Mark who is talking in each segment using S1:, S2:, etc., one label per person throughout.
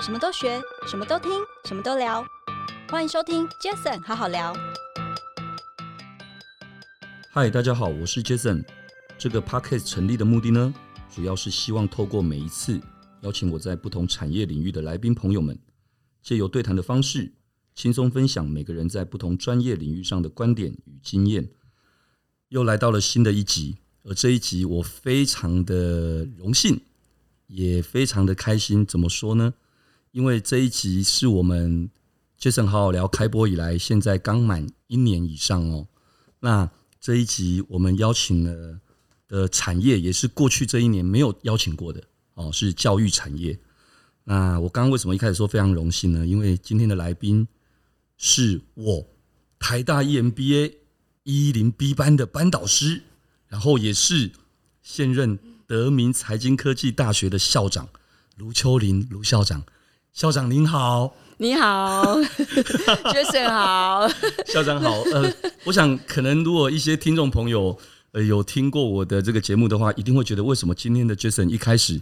S1: 什么都学，什么都听，什么都聊。欢迎收听 Jason 好好聊。
S2: 嗨，大家好，我是 Jason。这个 podcast 成立的目的呢，主要是希望透过每一次邀请我在不同产业领域的来宾朋友们，借由对谈的方式，轻松分享每个人在不同专业领域上的观点与经验。又来到了新的一集，而这一集我非常的荣幸，也非常的开心。怎么说呢？因为这一集是我们 Jason 好好聊开播以来，现在刚满一年以上哦。那这一集我们邀请了的产业也是过去这一年没有邀请过的哦，是教育产业。那我刚刚为什么一开始说非常荣幸呢？因为今天的来宾是我台大 E EMBA 一零 B 班的班导师，然后也是现任德明财经科技大学的校长卢秋林卢校长。校长您好，
S3: 你 好 ，Jason 好，
S2: 校长好，呃，我想可能如果一些听众朋友呃有听过我的这个节目的话，一定会觉得为什么今天的 Jason 一开始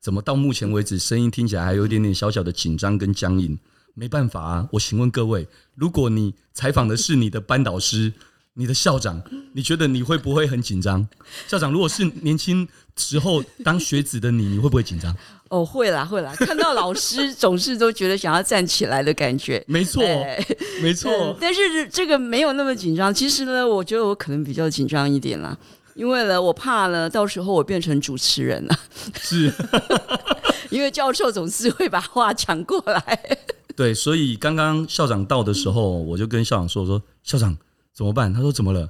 S2: 怎么到目前为止声音听起来还有一点点小小的紧张跟僵硬？没办法啊，我请问各位，如果你采访的是你的班导师、你的校长，你觉得你会不会很紧张？校长，如果是年轻时候当学子的你，你会不会紧张？
S3: 哦，会啦会啦，看到老 师总是都觉得想要站起来的感觉。
S2: 没错，
S3: 哎
S2: 没错。
S3: 嗯但是这个没有那么紧张。其实呢，我觉得我可能比较紧张一点啦，因为呢，我怕呢，到时候我变成主持人了，
S2: 是
S3: 因为教授总是会把话抢过来。
S2: 对，所以刚刚校长到的时候，我就跟校长说：“我说校长怎么办？”他说：“怎么了？”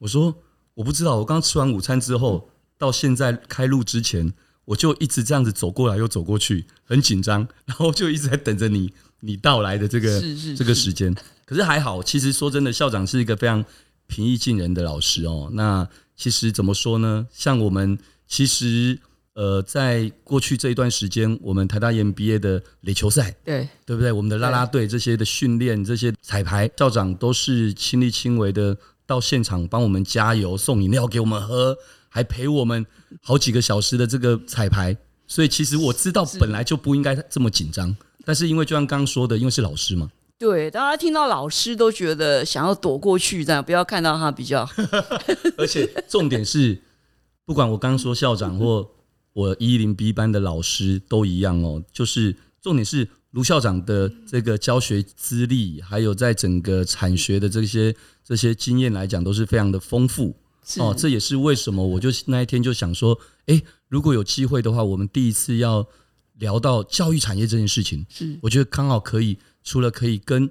S2: 我说：“我不知道，我刚吃完午餐之后，到现在开录之前，我就一直这样子走过来又走过去，很紧张，然后就一直在等着你你到来的这个
S3: 是是
S2: 这个
S3: 是
S2: 时间。可是还好，其实说真的，校长是一个非常平易近人的老师哦。那其实怎么说呢？像我们其实呃，在过去这一段时间，我们台大 MBA 的垒球赛。”
S3: 对，
S2: 对不对？我们的啦啦队这些的训练、这些彩排，校长都是亲力亲为的到现场帮我们加油，送饮料给我们喝，还陪我们好几个小时的这个彩排。所以其实我知道本来就不应该这么紧张，但是因为就像刚刚说的，因为是老师嘛，
S3: 对，大家听到老师都觉得想要躲过去，这样不要看到他比较好。
S2: 而且重点是，不管我刚刚说校长或我一零 B 班的老师都一样哦，就是重点是卢校长的这个教学资历，还有在整个产学的这些这些经验来讲，都是非常的丰富
S3: 是
S2: 哦。这也是为什么我就那一天就想说，诶，如果有机会的话，我们第一次要聊到教育产业这件事情，
S3: 是
S2: 我觉得刚好可以，除了可以跟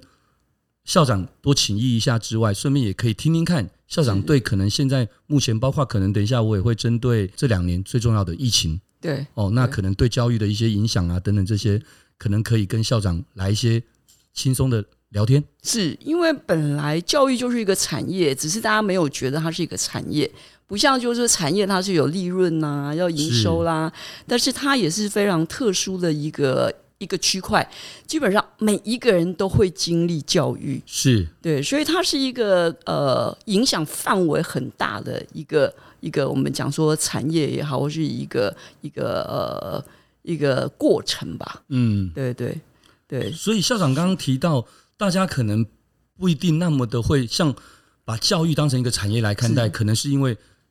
S2: 校长多请益一下之外，顺便也可以听听看校长对可能现在目前，包括可能等一下我也会针对这两年最重要的疫情
S3: 对，
S2: 哦，那
S3: 对
S2: 可能对教育的一些影响啊等等这些，可能可以跟校长来一些轻松的聊天。
S3: 是因为本来教育就是一个产业，只是大家没有觉得它是一个产业，不像就是产业它是有利润呐、要营收啦，但是它也是非常特殊的一个一个区块，基本上每一个人都会经历教育，
S2: 是
S3: 对，所以它是一个呃影响范围很大的一个一个我们讲说产业也好，或是一个一个呃一个过程吧，
S2: 嗯，
S3: 对对对，
S2: 所以校长刚刚提到，大家可能不一定那么的会像把教育当成一个产业来看待，
S3: 是
S2: 可能是因为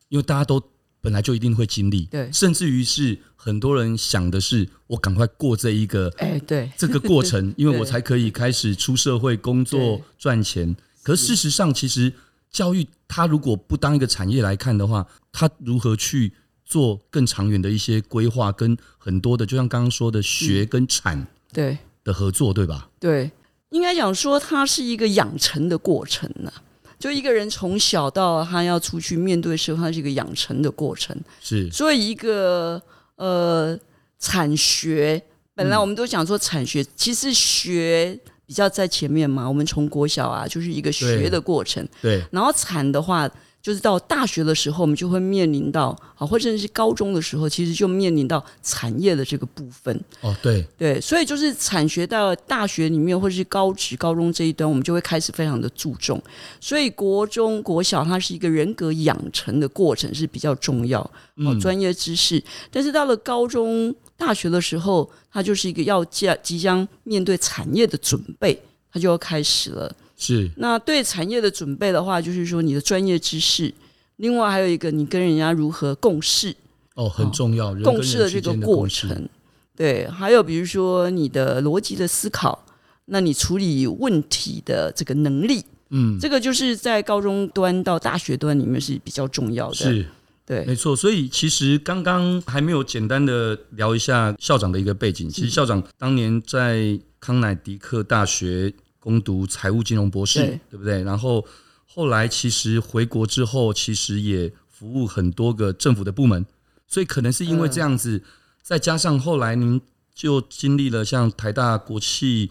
S2: 因为大家都本来就一定会经历，
S3: 对
S2: 甚至于是很多人想的是我赶快过这一个
S3: 哎对。
S2: 这个过程，因为
S3: 对
S2: 我才可以开始出社会工作
S3: 对
S2: 赚钱。可是事实上，其实教育它如果不当一个产业来看的话，它如何去做更长远的一些规划，跟很多的，就像刚刚说的学跟产
S3: 对
S2: 的合作，对吧？
S3: 对，应该讲说它是一个养成的过程呢、就一个人从小到他要出去面对社会，它是一个养成的过程。
S2: 是
S3: 所以一个呃产学，本来我们都讲说产学，其实学比较在前面嘛。我们从国小啊，就是一个学的过程，
S2: 对，
S3: 然后产的话。就是到大学的时候，我们就会面临到啊，或者是高中的时候，其实就面临到产业的这个部分。
S2: 哦，对，
S3: 对，所以就是产学到大学里面，或者是高职、高中这一端，我们就会开始非常的注重。所以国中、国小，它是一个人格养成的过程是比较重要，哦，专业知识。但是到了高中、大学的时候，它就是一个要即即将面对产业的准备，它就要开始了。
S2: 是
S3: 那对产业的准备的话，就是说你的专业知识，另外还有一个你跟人家如何共事，
S2: 哦，很重要，人跟
S3: 共
S2: 人
S3: 事的
S2: 之
S3: 这个
S2: 间的
S3: 过
S2: 共识，
S3: 程。对，还有比如说你的逻辑的思考，那你处理问题的这个能力，
S2: 嗯，
S3: 这个就是在高中端到大学端里面是比较重要的。
S2: 是
S3: 对，
S2: 没错，所以其实刚刚还没有简单的聊一下校长的一个背景。其
S3: 嗯
S2: 实校长当年在康乃狄克大学攻读财务金融博士，
S3: 对
S2: 对不对？然后后来其实回国之后，其实也服务很多个政府的部门，所以可能是因为这样子，再加上后来您就经历了像台大国际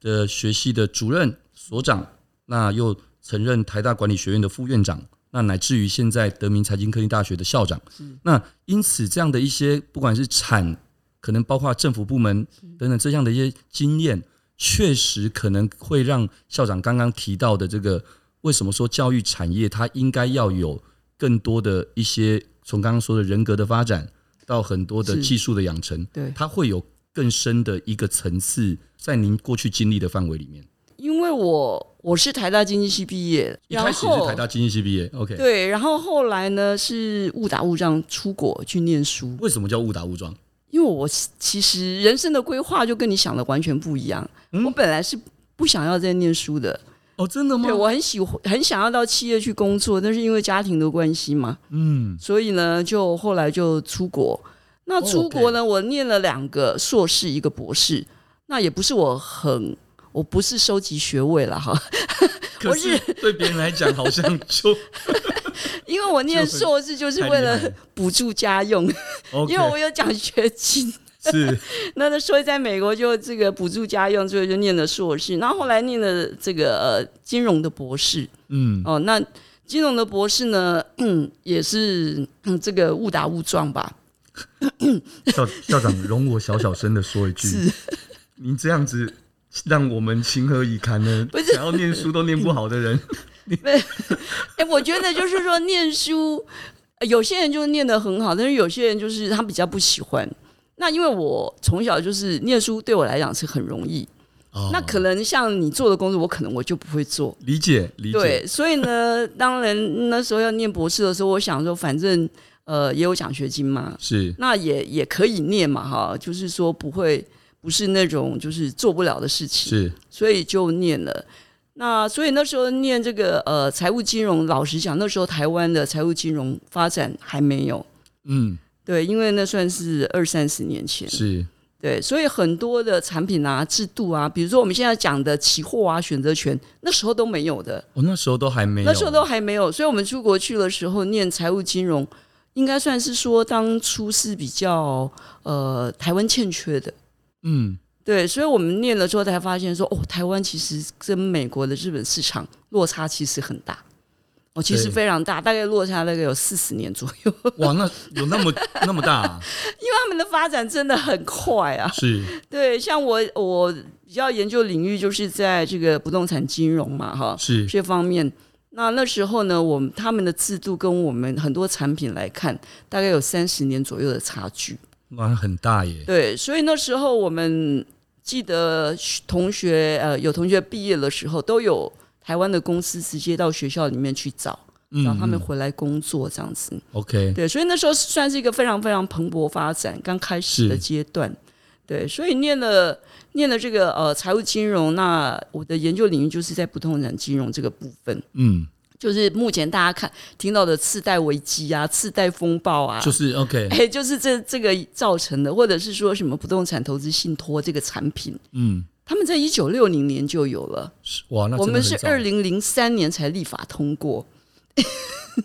S2: 的学系的主任、所长，那又曾任台大管理学院的副院长，那乃至于现在德明财经科技大学的校长。那因此，这样的一些不管是产，可能包括政府部门等等这样的一些经验，确实可能会让校长刚刚提到的这个，为什么说教育产业它应该要有更多的一些从刚刚说的人格的发展到很多的
S3: 是
S2: 技术的养成，
S3: 对。
S2: 它会有更深的一个层次，在您过去经历的范围里面。
S3: 因为我我是台大经济系毕业的，
S2: 一
S3: 然
S2: 开始是
S3: 后
S2: 台大经济系毕业，OK？
S3: 对，然后后来呢是误打误撞出国去念书，
S2: 为什么叫误打误撞？
S3: 因为我其实人生的规划就跟你想的完全不一样。
S2: 嗯
S3: 我本来是不想要再念书的，
S2: 哦，真的吗
S3: 对？我很喜欢，很想要到企业去工作，但是因为家庭的关系嘛，
S2: 嗯，
S3: 所以呢，就后来就出国。那出国
S2: 哦
S3: 呢我念了两个硕士，一个博士。那也不是我很，我不是收集学位了哈，
S2: 可是对别人来讲，好像就
S3: 因为我念
S2: 就很
S3: 硕士就是
S2: 太厉
S3: 为了
S2: 害了
S3: 补助家用，
S2: OK，
S3: 因为我有奖学金。
S2: 是
S3: 那那所以在美国就这个补助家用，所以就念了硕士，然后后来念了这个呃金融的博士
S2: 嗯
S3: 哦。那金融的博士呢， 嗯，也是嗯这个误打误撞吧，
S2: 校校长，容我小小声的说一句，
S3: 是
S2: 您这样子让我们情何以堪呢？
S3: 不是
S2: 想要念书都念不好的人，
S3: 哎，我觉得就是说念书，呃有些人就念得很好，但是有些人就是他比较不喜欢。那因为我从小就是念书，对我来讲是很容易。
S2: 哦
S3: 那可能像你做的工作，我可能我就不会做。
S2: 理解理解，
S3: 对，所以呢，当然那时候要念博士的时候，我想说，反正呃也有奖学金嘛，
S2: 是
S3: 那也也可以念嘛，哈，就是说不会不是那种就是做不了的事情，
S2: 是
S3: 所以就念了。那所以那时候念这个呃财务金融，老实讲，那时候台湾的财务金融发展还没有，
S2: 嗯
S3: 对，因为那算是二三十年前，
S2: 是
S3: 对，所以很多的产品啊、制度啊，比如说我们现在讲的期货啊、选择权，那时候都没有的。
S2: 哦我那时候都还没有，
S3: 那时候都还没有，所以我们出国去的时候念财务金融，应该算是说当初是比较呃台湾欠缺的。
S2: 嗯
S3: 对，所以我们念了之后才发现说，哦，台湾其实跟美国的日本市场落差其实很大，哦，其实
S2: 对
S3: 非常大，大概落差大概有四十年左右， 因
S2: 哇，那有那么那么大啊、
S3: 为他们的发展真的很快啊。
S2: 是
S3: 对，像我我比较研究领域就是在这个不动产金融嘛，哈，
S2: 是
S3: 这方面。那那时候呢，我们他们的制度跟我们很多产品来看，大概有三十年左右的差距。
S2: 哇很大耶，
S3: 对，所以那时候我们记得同学呃，有同学毕业的时候，都有台湾的公司直接到学校里面去找，
S2: 嗯
S3: 找他们
S2: 嗯
S3: 回来工作这样子。
S2: OK
S3: 对，所以那时候算是一个非常非常蓬勃发展刚开始的
S2: 是
S3: 阶段。对，所以念了念了这个呃财务金融，那我的研究领域就是在不动产金融这个部分。
S2: 嗯
S3: 就是目前大家看听到的次贷危机啊、次贷风暴啊，
S2: 就是 OK
S3: 哎，就是这这个造成的，或者是说什么不动产投资信托这个产品，
S2: 嗯
S3: 他们在一九六零年就有了，
S2: 是哇那
S3: 我
S2: 真的
S3: 们
S2: 很
S3: 是
S2: 早
S3: 二零零三年才立法通过，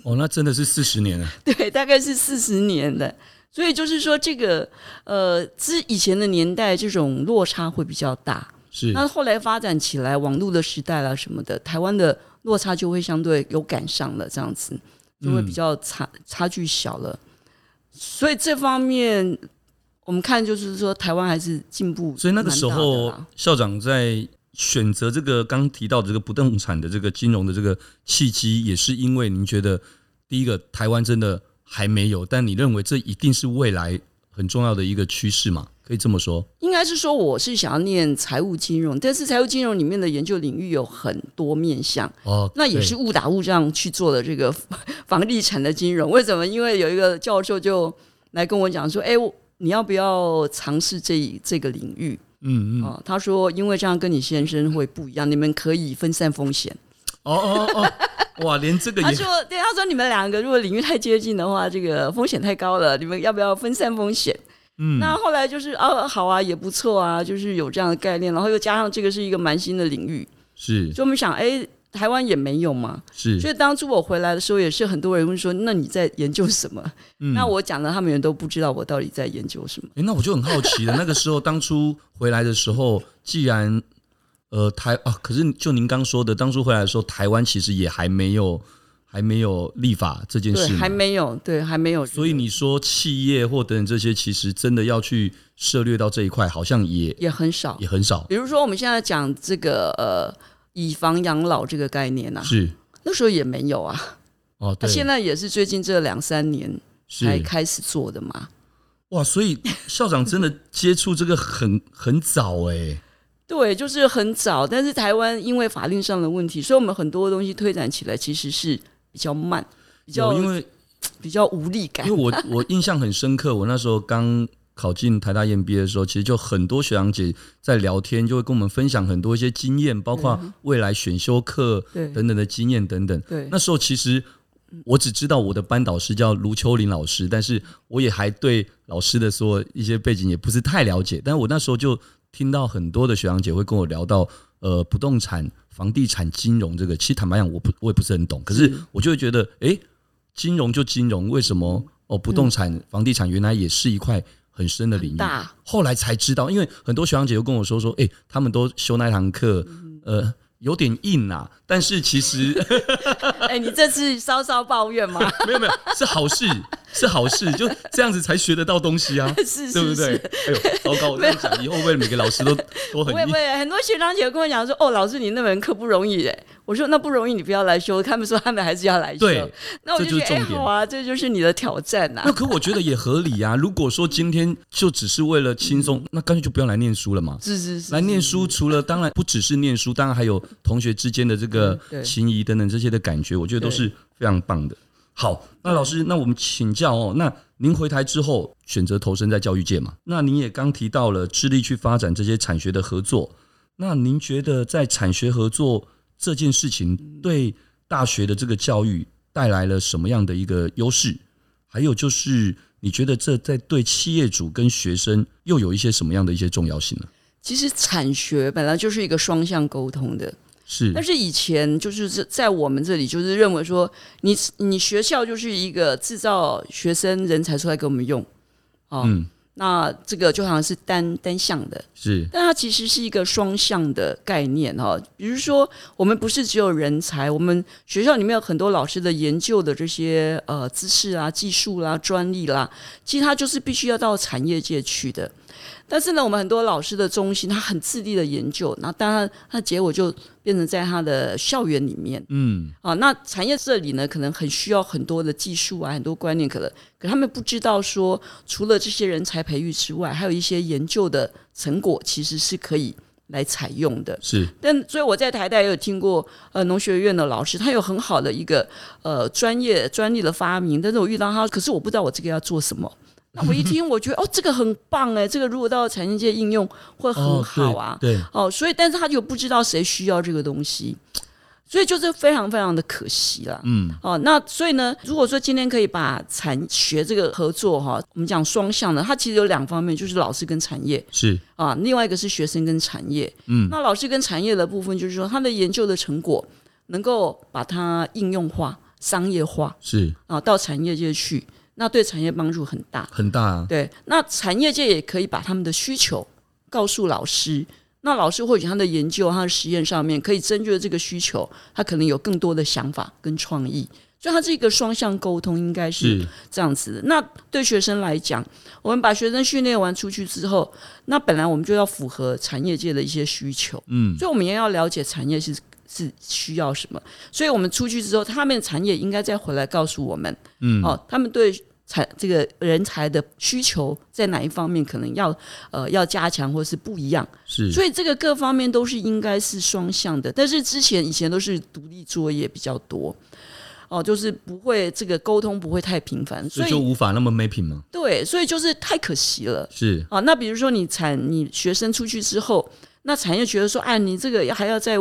S2: 哦那真的是四十年了
S3: 对，大概是四十年的。所以就是说，这个呃，之以前的年代，这种落差会比较大。
S2: 是
S3: 那后来发展起啊来，网络的时代啦什么的，台湾的落差就会相对有赶上了这样子。就
S2: 嗯
S3: 会比较差差距小了。所以这方面，我们看就是说，台湾还是进步蛮大的啦。
S2: 所以那个时候，校长在选择这个刚提到的这个不动产的这个金融的这个契机，也是因为您觉得第一个台湾真的还没有，但你认为这一定是未来很重要的一个趋势嘛？可以这么说，
S3: 应该是说我是想要念财务金融，但是财务金融里面的研究领域有很多面向，
S2: 哦，
S3: 那也
S2: 对
S3: 是误打误撞去做的这个 房地产的金融。为什么？因为有一个教授就来跟我讲说：“哎、我你要不要尝试这一这个领域？”
S2: 嗯嗯，
S3: 啊、他说：“因为这样跟你先生会不一样，你们可以分散风险。”
S2: 哦哦哦，哇，连这个
S3: 他
S2: 也
S3: 说：“对，他说你们两个如果领域太接近的话，这个风险太高了，你们要不要分散风险？”
S2: 嗯
S3: 那后来就是哦，好啊，也不错啊，就是有这样的概念，然后又加上这个是一个蛮新的领域，
S2: 是
S3: 所以我们想，哎，台湾也没有嘛。所
S2: 是，
S3: 以当初我回来的时候，也是很多人问说，那你在研究什么？
S2: 嗯
S3: 那我讲了，他们也都不知道我到底在研究什么。
S2: 诶，那我就很好奇了，那个时候当初回来的时候，既然呃台啊，可是就您刚说的，当初回来的时候，台湾其实也还没有还没有立法这件
S3: 对，
S2: 事嘛，
S3: 还没有，对，还没有。
S2: 所以你说企业或等等这些，其实真的要去涉猎到这一块，好像也
S3: 也很少。
S2: 也很少，
S3: 比如说我们现在讲这个呃，以房养老这个概念啊，
S2: 是
S3: 那时候也没有啊。
S2: 哦，
S3: 他
S2: 对，
S3: 现在也是最近这两三年才
S2: 是
S3: 开始做的嘛。
S2: 哇，所以校长真的接触这个很很早哎、
S3: 对，就是很早，但是台湾因为法令上的问题，所以我们很多东西推展起来其实是比较慢，比较
S2: 有哦因为
S3: 比较无力感
S2: 因为。我我印象很深刻，我那时候刚考进台大 EMBA 的时候，其实就很多学长姐在聊天，就会跟我们分享很多一些经验，包括未来选修课
S3: 嗯对
S2: 等等的经验等等。
S3: 对
S2: 那时候其实我只知道我的班导师叫卢秋林老师，但是我也还对老师的所有一些背景也不是太了解。但我那时候就听到很多的学长姐会跟我聊到，呃，不动产、房地产、金融这个，其实坦白讲，我不我也不是很懂，可是我就会觉得，诶，金融就金融，为什么哦，不动产、房地产原来也是一块很深的领域？
S3: 大
S2: 后来才知道，因为很多学长姐又跟我说说，哎、他们都修那堂课，呃，有点硬啊，但是其实
S3: 哎，你这次稍稍抱怨 吗？
S2: 没有没有是好 事，是好事，就这样子才学得到东西啊，
S3: 是
S2: 对不
S3: 是
S2: 对
S3: 是，？
S2: 哎呦，糟糕，我这样讲，以后会不会每个老师 都都很
S3: 不会不
S2: 硬？
S3: 会，很多学长姐跟我讲说，哦，老师你那门课不容易哎，我说那不容易，你不要来修。他们说他们还是要来修
S2: 对，
S3: 那我
S2: 这就
S3: 就是觉得哎
S2: 重点
S3: 好啊，这就是你的挑战啊呐
S2: 那。可我觉得也合理啊。如果说今天就只是为了轻松，那干脆就不要来念书了嘛。
S3: 是是是，
S2: 来念书，除了当然不只是念书，当然还有同学之间的这个
S3: 嗯对
S2: 情谊等等这些的感觉，我觉得都是非常棒的。好，那老师，那我们请教哦，那您回台之后选择投身在教育界嘛？那您也刚提到了致力去发展这些产学的合作，那您觉得在产学合作这件事情对大学的这个教育带来了什么样的一个优势？还有就是，你觉得这在对企业主跟学生又有一些什么样的一些重要性呢？
S3: 其实产学本来就是一个双向沟通的，
S2: 嗯是，
S3: 但是以前就是在在我们这里，就是认为说你你学校就是一个制造学生人才出来给我们用，哦，
S2: 嗯，
S3: 那这个就好像是单单向的，
S2: 是
S3: 但它其实是一个双向的概念哈、哦。比如说，我们不是只有人才，我们学校里面有很多老师的研究的这些呃知识啊、技术啦、专利啦，其实它就是必须要到产业界去的。但是呢，我们很多老师的中心，他很致力的研究，那当然，他的结果就变成在他的校园里面。
S2: 嗯，
S3: 啊，那产业这里呢，可能很需要很多的技术啊，很多观念，可能可他们不知道说，除了这些人才培育之外，还有一些研究的成果其实是可以来采用的。
S2: 是
S3: 但所以我在台大也有听过，呃，农学院的老师，他有很好的一个呃专业专利的发明，但是我遇到他，可是我不知道我这个要做什么。那我一听，我觉得哦，这个很棒哎，这个如果到产业界应用会很好啊。
S2: 哦对，对
S3: 哦，所以但是他就不知道谁需要这个东西，所以就是非常非常的可惜啦。
S2: 嗯，
S3: 哦，那所以呢，如果说今天可以把产学这个合作哈、我们讲双向的，它其实有两方面，就是老师跟产业
S2: 是，
S3: 啊，另外一个是学生跟产业。
S2: 嗯，
S3: 那老师跟产业的部分，就是说他的研究的成果能够把它应用化、商业化
S2: 是
S3: 啊，到产业界去，那对产业帮助很大。
S2: 很大、啊，
S3: 对，那产业界也可以把他们的需求告诉老师，那老师或许他的研究、他的实验上面可以针对这个需求，他可能有更多的想法跟创意，所以它这个双向沟通应该是
S2: 是
S3: 这样子的。那对学生来讲，我们把学生训练完出去之后，那本来我们就要符合产业界的一些需求，
S2: 嗯
S3: 所以我们也要了解产业是是需要什么。所以我们出去之后，他们的产业应该再回来告诉我们，
S2: 嗯
S3: 哦，他们对产这个人才的需求在哪一方面可能要呃要加强，或是不一样。
S2: 是，
S3: 所以这个各方面都是应该是双向的，但是之前以前都是独立作业比较多，哦，就是不会这个沟通不会太频繁，
S2: 所
S3: 所
S2: 以
S3: 以
S2: 就无法那么 mapping 嘛，
S3: 对，所以就是太可惜了。
S2: 是
S3: 啊，那比如说你产你学生出去之后，那产业觉得说，哎，你这个还要再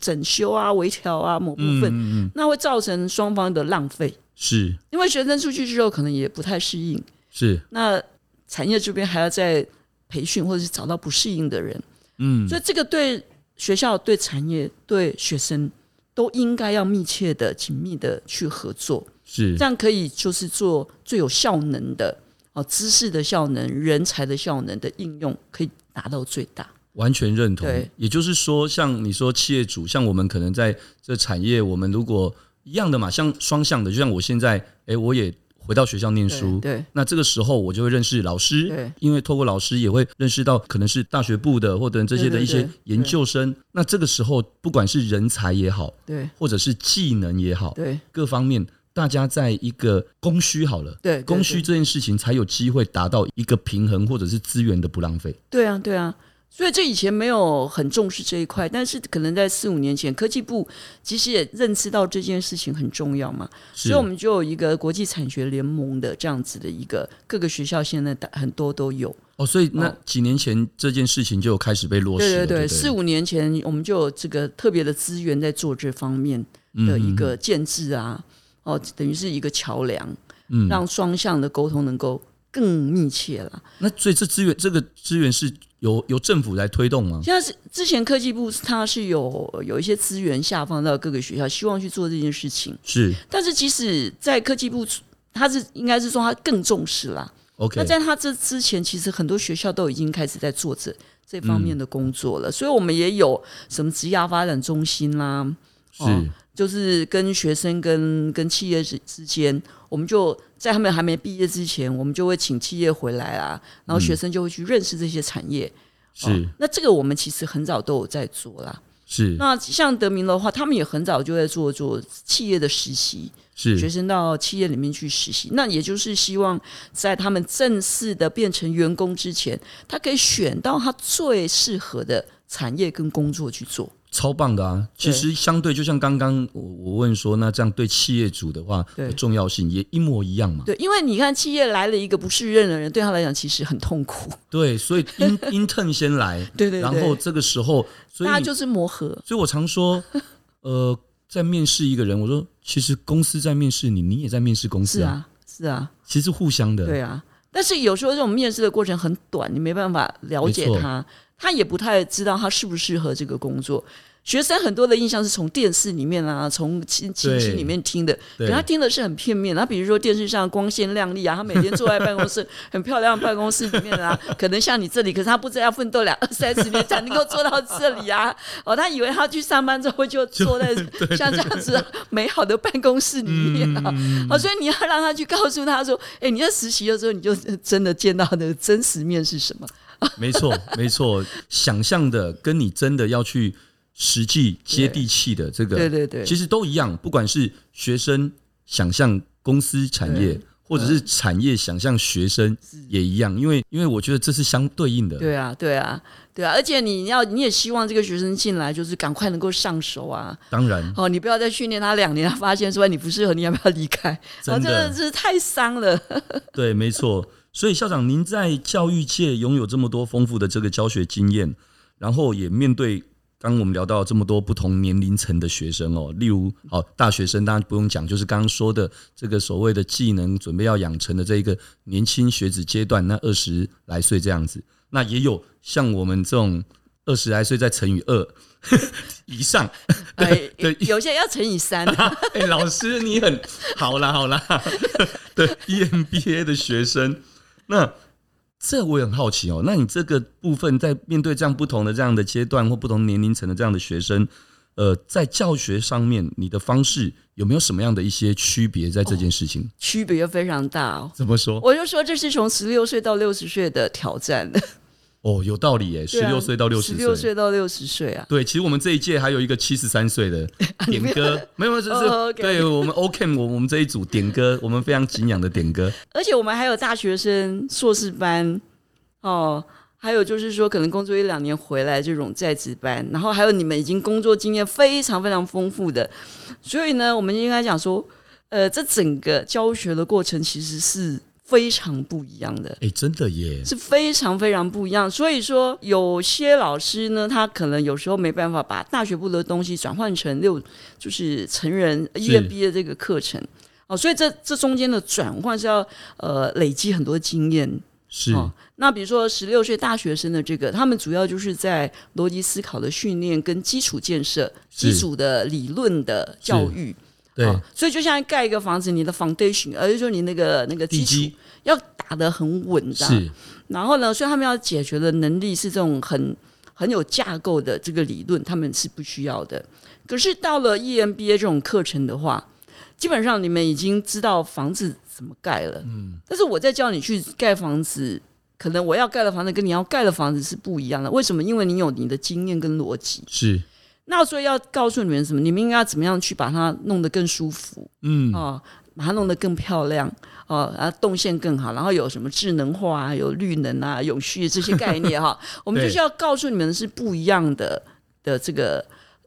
S3: 整修啊、微调啊某部分，
S2: 嗯嗯
S3: 那会造成双方的浪费，
S2: 是
S3: 因为学生出去之后可能也不太适应，
S2: 是
S3: 那产业这边还要再培训或者是找到不适应的人，
S2: 嗯
S3: 所以这个对学校、对产业、对学生都应该要密切的、紧密的去合作，
S2: 是
S3: 这样可以就是做最有效能的哦，知识的效能、人才的效能的应用可以达到最大。
S2: 完全认同
S3: 对。
S2: 也就是说，像你说企业主，像我们可能在这产业，我们如果一样的嘛，像双向的，就像我现在，诶，我也回到学校念书。
S3: 对
S2: 那这个时候，我就会认识老师
S3: 对，
S2: 因为透过老师也会认识到可能是大学部的或者这些的
S3: 对对
S2: 一些
S3: 对
S2: 研究生。那这个时候，不管是人才也好，
S3: 对
S2: 或者是技能也好，
S3: 对
S2: 各方面，大家在一个供需好了，
S3: 对，
S2: 供需这件事情才有机会达到一个平衡，或者是资源的不浪费。
S3: 对啊对啊。所以这以前没有很重视这一块，但是可能在四五年前，科技部其实也认识到这件事情很重要嘛，
S2: 是
S3: 所以我们就有一个国际产学联盟的这样子的一个，各个学校现在大很多都有。
S2: 哦，所以那
S3: 哦
S2: 几年前这件事情就有开始被落实了，
S3: 对对
S2: 对
S3: 对，
S2: 不对，
S3: 四五年前我们就有这个特别的资源在做这方面
S2: 嗯
S3: 的一个建制啊，哦，等于是一个桥梁，
S2: 嗯，
S3: 让双向的沟通能够更密切了。
S2: 那所以这资源这个资源是由由政府来推动吗？
S3: 现在是之前科技部它是有有一些资源下放到各个学校，希望去做这件事情，
S2: 是
S3: 但是即使在科技部。它是应该是说它更重视啦。
S2: OK，
S3: 那在它这之前，其实很多学校都已经开始在做这这
S2: 嗯
S3: 方面的工作了，所以我们也有什么职涯发展中心啦，
S2: 是、
S3: 哦就是跟学生跟跟企业之之间，我们就在他们还没毕业之前，我们就会请企业回来啊，然后学生就会去认识这些产业。
S2: 是
S3: 哦那这个我们其实很早都有在做啦。
S2: 是
S3: 哦那像德明的话，他们也很早就在做做企业的实习，学
S2: 是
S3: 生到企业里面去实习。那也就是希望在他们正式的变成员工之前，他可以选到他最适合的产业跟工作去做。
S2: 超棒的啊！其
S3: 对
S2: 实相对就像刚刚我我问说，那这样对企业主的话
S3: 对
S2: 的重要性也一模一样嘛？
S3: 对，因为你看，企业来了一个不适任的人，对他来讲其实很痛苦。
S2: 对，所以 in intern 先来，
S3: 对对对，
S2: 然后这个时候，所以
S3: 大家
S2: 你
S3: 就是磨合。
S2: 所以我常 说，呃，在面试一个人，我说其实公司在面试你，你也在面试公司
S3: 是
S2: 啊，
S3: 啊，是啊，
S2: 其实互相的。
S3: 对啊。但是有时候这种面试的过程很短，你没办法了解
S2: 没错
S3: 他，他也不太知道他适不适合这个工作。学生很多的印象是从电视里面啊，从亲亲戚里面听的，可
S2: 对
S3: 他听的是很片面。他比如说电视上光鲜亮丽啊，他每天坐在办 公室很漂亮的办公室里面啊，可能像你这里，可是他不知道要奋斗两 二三十年才能够做到这里啊。哦，他以为他去上班之后就坐 在像这样子啊美好的办公室里面啊，
S2: 嗯
S3: 哦，所以你要让他去告诉他说，哎、你在实习的时候你就真的见到那个真实面是什么？
S2: 没 错，没错，想象的跟你真的要去实际接地气的这个，
S3: 对对对，
S2: 其实都一样，不管是学生想象公司产业
S3: 对。嗯
S2: 或者是产业想象学生也一样，因为因为我觉得这是相对应的，
S3: 对啊，对啊，对啊，而且你要你也希望这个学生进来就是赶快能够上手啊，
S2: 当然
S3: 哦，你不要再训练他两年，他发现说哎你不适合，你要不要离开？啊，
S2: 真
S3: 真
S2: 的
S3: 的是太伤 了。
S2: 对，没错。所以校长，您在教育界拥有这么多丰富的这个教学经验，然后也面对刚刚我们聊到这么多不同年龄层的学生哦，例如好大学生，当然不用讲，就是刚刚说的这个所谓的技能准备要养成的这一个年轻学子阶段，那二十来岁这样子，那也有像我们这种二十来岁再乘以二 以上，
S3: 哎
S2: 对，
S3: 有些要乘 以三，
S2: 哎、老师你很好啦，好啦， 对，E EMBA 的学生，那这我也很好奇哦。那你这个部分在面对这样不同的这样的阶段或不同年龄层的这样的学生，呃，在教学上面，你的方式有没有什么样的一些区别在这件事情？
S3: 区别非常大哦。
S2: 哦怎么说？
S3: 我就说这是从十六岁到六十岁的挑战，
S2: 哦，有道理耶，十六岁到六十
S3: 啊十六岁到六十岁啊，
S2: 对，其实我们这一届还有一个七十三岁 的点歌，没有，没有就是、
S3: 哦，OK
S2: 对我们 OKM，我我们这一组点歌，我们非常敬仰的点歌，
S3: 而且我们还有大学生、硕士班，哦，还有就是说可能工作一两年回来这种在职班，然后还有你们已经工作经验非常非常丰富的，所以呢，我们应该讲说，呃，这整个教学的过程其实是非常不一样的。
S2: 哎、真的耶，
S3: 是非常非常不一样。所以说，有些老师呢，他可能有时候没办法把大学部的东西转换成六，就是成人呃一月毕业这个课程哦，所以这这中间的转换是要呃累积很多经验。
S2: 是、
S3: 哦那比如说十六岁大学生的这个，他们主要就是在逻辑思考的训练跟基础建设、
S2: 是
S3: 基础的理论的教育。
S2: 对、
S3: 哦所以就像盖一个房子，你的 foundation，而且就是你那个那个
S2: 地
S3: 基
S2: 基
S3: 础要打得很稳，这样
S2: 是
S3: 然后呢，所以他们要解决的能力是这种很很有架构的这个理论，他们是不需要的。可是到了 E EMBA 这种课程的话，基本上你们已经知道房子怎么盖了，嗯，但是我再叫你去盖房子，可能我要盖的房子跟你要盖的房子是不一样的。为什么？因为你有你的经验跟逻辑。
S2: 是，
S3: 那所以要告诉你们什么？你们应该要怎么样去把它弄得更舒服，
S2: 嗯，
S3: 哦，把它弄得更漂亮哦，然后动线更好，然后有什么智能化啊、有绿能啊、永续这些概念哈、 我们
S2: 对
S3: 就是要告诉你们是不一样的的这个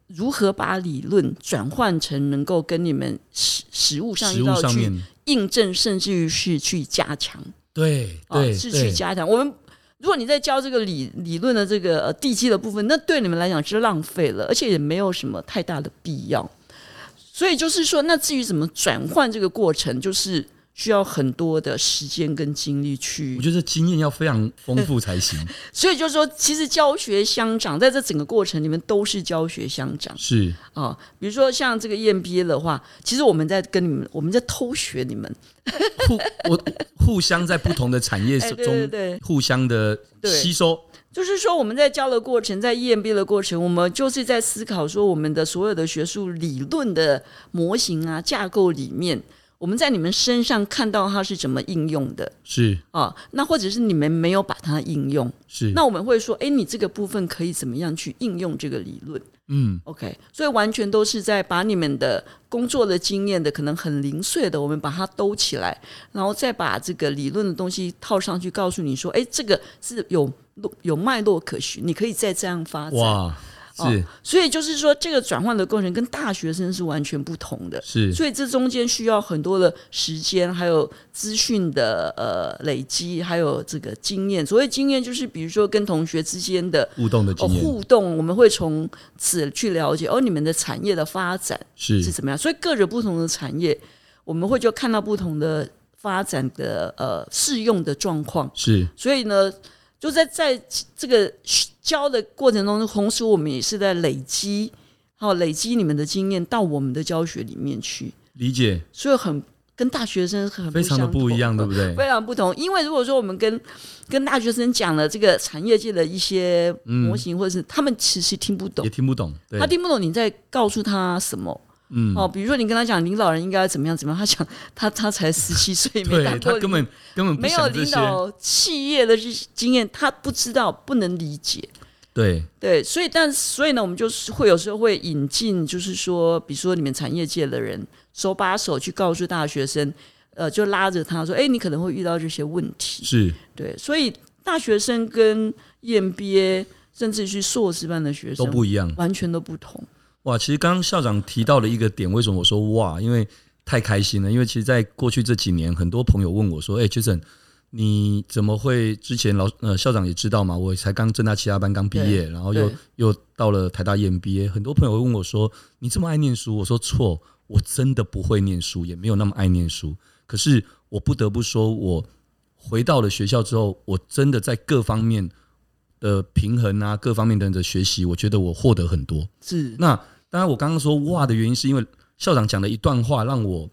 S3: 如何把理论转换成能够跟你们实实物上
S2: 食
S3: 遇
S2: 物
S3: 到
S2: 上
S3: 去
S2: 面，
S3: 印证，甚至于是去加强
S2: 对
S3: 啊、
S2: 对、
S3: 是去
S2: 对，
S3: 加强我们。如果你在教这个理理论的这个呃地基的部分，那对你们来讲是浪费了，而且也没有什么太大的必要。所以就是说，那至于怎么转换这个过程，就是需要很多的时间跟精力去
S2: 我觉得经验要非常丰富才 行，
S3: 所以就是说，其实教学相长，在这整个过程里面都是教学相长
S2: 是
S3: 啊、比如说像这个 E EMBA 的话，其实我们在跟你们，我们在偷学你们，
S2: 互我互相在不同的产业
S3: 哎
S2: 中、
S3: 对对对
S2: 互相的
S3: 对
S2: 吸收，
S3: 就是说我们在教的过程，在 EMBA 的过程，我们就是在思考说我们的所有的学术理论的模型啊、架构里面，我们在你们身上看到它是怎么应用的
S2: 是
S3: 啊，那或者是你们没有把它应用，
S2: 是，
S3: 那我们会说，哎，你这个部分可以怎么样去应用这个理论？
S2: 嗯
S3: OK，所以完全都是在把你们的工作的经验的可能很零碎的，我们把它兜起来，然后再把这个理论的东西套上去，告诉你说，哎，这个是有路有脉络可循，你可以再这样发展。
S2: 哇
S3: 哦
S2: 是、
S3: 所以就是说，这个转换的过程跟大学生是完全不同的。
S2: 是
S3: 所以这中间需要很多的时间，还有资讯的呃累积，还有这个经验。所谓经验，就是比如说跟同学之间的
S2: 互动的
S3: 哦，
S2: 经验、
S3: 互动，我们会从此去了解哦，你们的产业的发展是
S2: 是
S3: 怎么样。所以各着不同的产业，我们会就看到不同的发展的呃适用的状况。
S2: 是
S3: 所以呢，就在在这个教的过程中，同时我们也是在累积，好、累积你们的经验到我们的教学里面去，
S2: 理解，
S3: 所以很跟大学生很
S2: 非常的
S3: 相
S2: 不一
S3: 同
S2: 样，对不对？
S3: 非常不同。因为如果说我们跟跟大学生讲了这个产业界的一些模型，或者是他们其实听不懂
S2: 也，听不懂，对
S3: 他，听不懂你在告诉他什么。
S2: 嗯
S3: 哦，比如说你跟他讲领导人应该怎么样怎么样，他想他他才十七岁，没
S2: 对
S3: 当
S2: 他
S3: 过
S2: 根本根本不
S3: 没有
S2: 想这
S3: 领
S2: 些，
S3: 导企业的经验，他不知道不能理解。
S2: 对
S3: 对，所以但所以呢，我们就是会有时候会引进，就是说，比如说你们产业界的人手把手去告诉大学生，呃，就拉着他说，哎，你可能会遇到这些问题。
S2: 是
S3: 对，所以大学生跟 EMBA 甚至是硕士班的学
S2: 都
S3: 生
S2: 不一样。
S3: 完全都不同。
S2: 哇，其实刚刚校长提到了一个点，为什么我说哇？因为太开心了，因为其实，在过去这几年，很多朋友问我说：“哎、j a s o n 你怎么会之前老呃校长也知道嘛？我才刚正大其他班刚毕业，然后又
S3: 对
S2: 又到了台大 EMBA，很多朋友会问我说：你这么爱念书？我说错，我真的不会念书，也没有那么爱念书。可是我不得不说，我回到了学校之后，我真的在各方面的平衡啊，各方面的学习，我觉得我获得很多。
S3: 是
S2: 那当然，我刚刚说哇的原因，是因为校长讲的一段话让我